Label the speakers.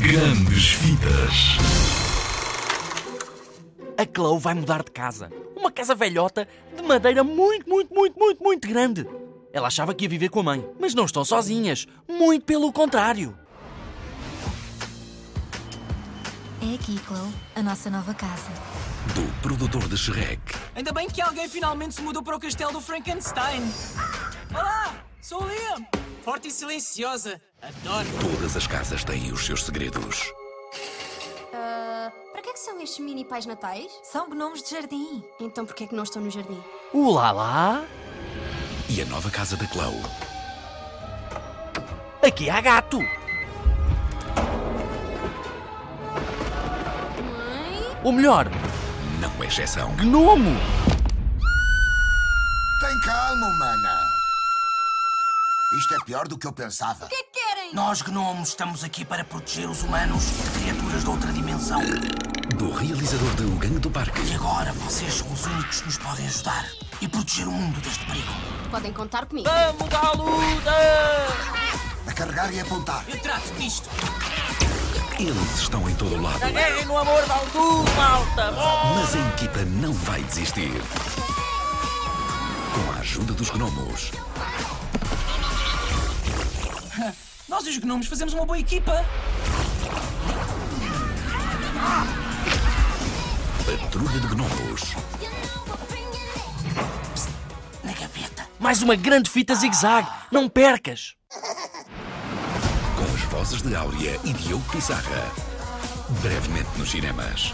Speaker 1: Grandes fitas.
Speaker 2: A Chloe vai mudar de casa. Uma casa velhota, de madeira muito, muito, muito, muito, muito grande. Ela achava que ia viver com a mãe, mas não estão sozinhas. Muito pelo contrário.
Speaker 3: É aqui, Chloe, a nossa nova casa.
Speaker 1: Do produtor de Shrek.
Speaker 4: Ainda bem que alguém finalmente se mudou para o castelo do Frankenstein. Olá, sou o Liam. Forte e silenciosa. Adoro.
Speaker 1: Todas as casas têm os seus segredos.
Speaker 3: Para que é que são estes mini pais natais? São gnomos de jardim.
Speaker 5: Então porquê é que não estão no jardim?
Speaker 2: Olá lá!
Speaker 1: E a nova casa da Chloe.
Speaker 2: Aqui há gato! Ou melhor,
Speaker 1: Não é exceção.
Speaker 2: gnomo!
Speaker 6: Tem calma, mana. Isto é pior do que eu pensava.
Speaker 3: O que é que querem?
Speaker 7: Nós gnomos estamos aqui para proteger os humanos de criaturas de outra dimensão.
Speaker 1: Do realizador de O Gangue do Parque.
Speaker 7: E agora vocês são os únicos que nos podem ajudar e proteger o mundo deste perigo.
Speaker 5: Podem contar comigo.
Speaker 2: Vamos, galuda!
Speaker 6: A carregar e apontar.
Speaker 4: Eu trato disto.
Speaker 1: Eles estão em todo o lado.
Speaker 2: Caguei no amor da altura, malta!
Speaker 1: Mas a equipa não vai desistir. Com a ajuda dos gnomos.
Speaker 4: Nós e os gnomos fazemos uma boa equipa.
Speaker 1: Patrulha de gnomos.
Speaker 7: Na gaveta.
Speaker 2: Mais uma grande fita zigue-zague. Não percas!
Speaker 1: Com as vozes de Áurea e Diogo Pizarra. Brevemente nos cinemas.